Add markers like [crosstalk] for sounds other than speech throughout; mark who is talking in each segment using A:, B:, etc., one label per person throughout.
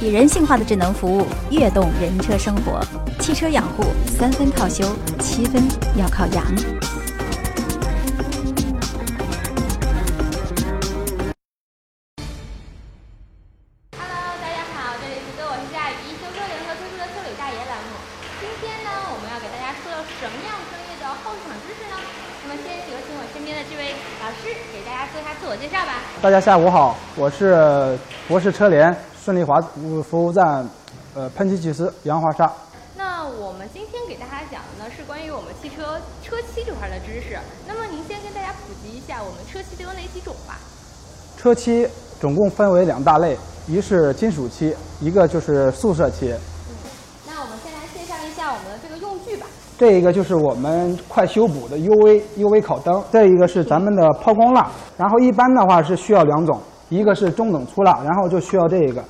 A: 以人性化的智能服务跃动人车生活。汽车养护三分靠修，七分要靠养。
B: Hello，大家好，这里是跟我是大鱼修车联合推出的修理大爷栏目。今天呢，我们要给大家说到什么样专业的后市场知识呢？那么先有请我身边的这位老师给大家做一下自我介绍吧。
C: 大家下午好，我是博士车联顺利华服务站，呃，喷漆技师杨华沙。
B: 那我们今天给大家讲的呢是关于我们汽车车漆这块的知识。那么您先跟大家普及一下我们车漆都有哪几种吧。
C: 车漆总共分为两大类，一是金属漆，一个就是素色漆。
B: 那我们先来介绍一下我们的这个用具吧。
C: 这一个就是我们快修补的 UV UV 烤灯，这一个是咱们的抛光蜡。然后一般的话是需要两种，一个是中等粗蜡，然后就需要这个，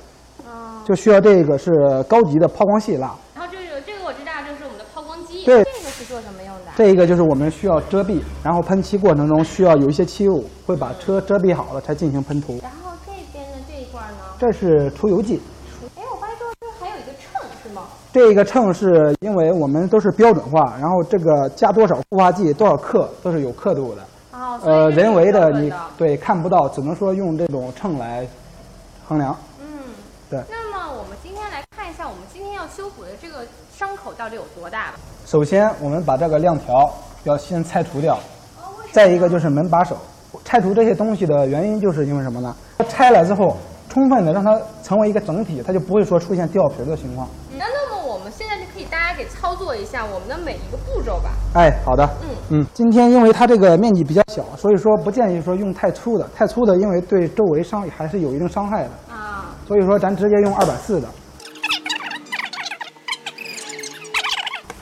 B: 嗯。
C: 就需要这个是高级的抛光细蜡。
B: 然后这个这个我知道，就是我们的抛光机。
C: 对
B: 这个是做什么用的？
C: 这一个就是我们需要遮蔽，然后喷漆过程中需要有一些漆雾，会把车遮蔽好了才进行喷涂。
B: 然后这边的这一块呢？
C: 这是除油剂，
B: 哎，我发现这这还有一个秤是吗？
C: 这个秤是因为我们都是标准化，然后这个加多少固化剂多少克都是有刻度的，
B: 哦，所以
C: 呃，
B: 这是
C: 人为
B: 标
C: 的
B: 准
C: 你对看不到，只能说用这种秤来衡量。
B: 嗯，
C: 对
B: 那么我们今天来看一下，我们今天要修补的这个伤口到底有多大吧？
C: 首先我们把这个亮条要先拆除掉，
B: 哦，为什么
C: 再一个就是门把手。拆除这些东西的原因就是因为什么呢？拆了之后，充分的让它成为一个整体，它就不会说出现掉皮儿的情况。
B: 那那么我们现在就可以大家给操作一下我们的每一个步骤吧。
C: 哎，好的，
B: 嗯
C: 嗯，今天因为它这个面积比较小，所以说不建议说用太粗的，太粗的因为对周围伤还是有一定伤害的，
B: 啊，
C: 所以说咱直接用二百四的。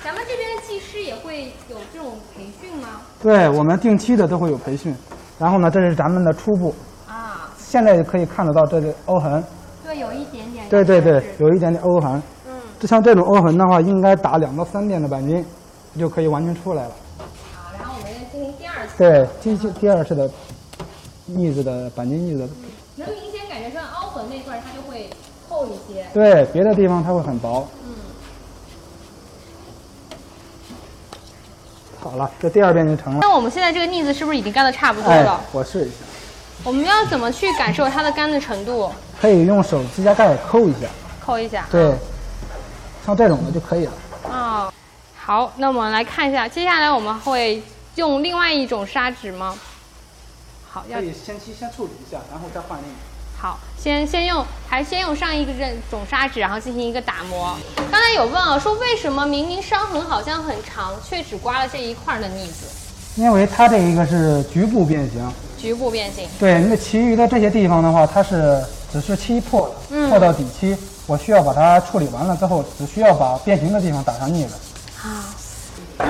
B: 咱们这边的技师也会有这种培训吗？
C: 对我们定期的都会有培训，然后呢，这是咱们的初步，
B: 啊，
C: 现在就可以看得到这个欧痕，
B: 对，有一点点。
C: 对对对，有一点点欧痕，
B: 嗯，
C: 就像这种欧痕的话，应该打两到三遍的钣金，就可以完全出来了。
B: 好，然后我们再进行第二次。
C: 对，第一次第二次的腻子的钣金腻子的，
B: 能明显感觉上凹痕那块儿它就会厚一些。
C: 对，别的地方它会很薄。
B: 嗯，
C: 好了，这第二遍就成了。
B: 那我们现在这个腻子是不是已经干的差不多
C: 哎
B: 了？，
C: 我试一下。
B: 我们要怎么去感受它的干的程度？
C: 可以用手指甲盖抠一下，
B: 抠一下。
C: 对，像这种的就可以了。
B: 啊、好，那我们来看一下，接下来我们会用另外一种砂纸吗？好，要
C: 以先先先处理一下，然后再换另一个。
B: 好，先先用，还是先用上一个这种砂纸，然后进行一个打磨。刚才有问啊，说为什么明明伤痕好像很长，却只刮了这一块儿的腻子，
C: 因为它这一个是局部变形，
B: 局部变形？
C: 对，那其余的这些地方的话，它是只是漆破了，
B: 嗯
C: 破到底漆，我需要把它处理完了之后，只需要把变形的地方打上腻子。
B: 啊，嗯，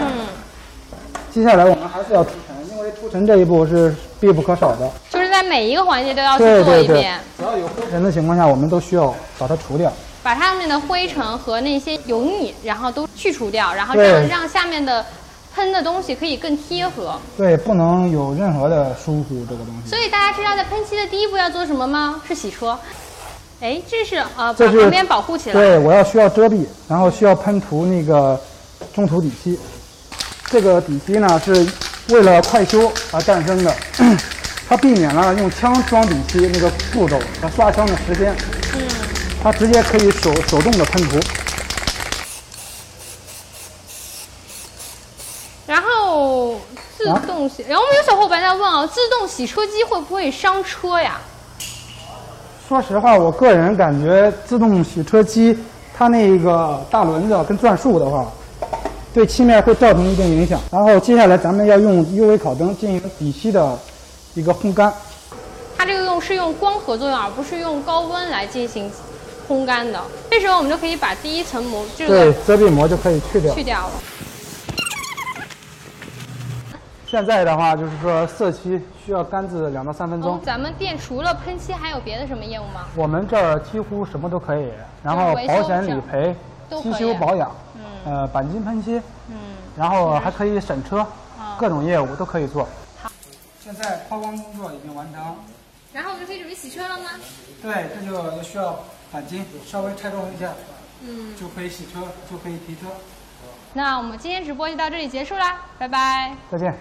C: 接下来我们还是要涂层，因为涂层这一步是必不可少的。
B: 就是在每一个环节都要去
C: 对
B: 做
C: 对
B: 一遍。
C: 对，只要有灰尘的情况下，我们都需要把它除掉。
B: 把上面的灰尘和那些油腻，然后都去除掉，然后这
C: 对
B: 样让下面的喷的东西可以更贴合。
C: 对，不能有任何的疏忽这个东西。
B: 所以大家知道在喷漆的第一步要做什么吗？是洗车。哎，这是呃，把
C: 这是
B: 旁边保护起来。
C: 对，我要需要遮蔽，然后需要喷涂那个中途底漆。这个底漆呢是为了快修而诞生的， [clears throat] 它避免了用枪装底漆那个步骤和刷枪的时间。
B: 嗯，
C: 它直接可以手手动的喷涂。
B: 然后自动洗，然后我们有小伙伴在问啊，自动洗车机会不会伤车呀？
C: 说实话，我个人感觉自动洗车机它那个大轮子跟转速的话，对漆面会造成一定影响。然后接下来咱们要用 UV 烤灯进行底漆的一个烘干。
B: 它这个用是用光合作用，而不是用高温来进行烘干的。这时候我们就可以把第一层膜这个，
C: 对遮蔽膜就可以去掉。
B: 去掉了。
C: 现在的话，就是说色漆需要干至两到三分钟。
B: 嗯咱们店除了喷漆，还有别的什么业务吗？
C: 我们这儿几乎什么都可以，然后
B: 就是维修
C: 保险理赔
B: 这儿、都
C: 汽
B: 可
C: 修
B: 以
C: 保养，
B: 嗯
C: 呃，钣金喷漆，
B: 嗯，
C: 然后还可以审车，
B: 啊
C: 各种业务都可以做。现在抛光工作已经完成，
B: 然后我们就可以准备洗车了吗？
C: 对，这就需要钣金稍微拆装一下，
B: 嗯，
C: 就可以洗车，就可以提车。
B: 那我们今天直播就到这里结束啦，拜拜。
C: 再见。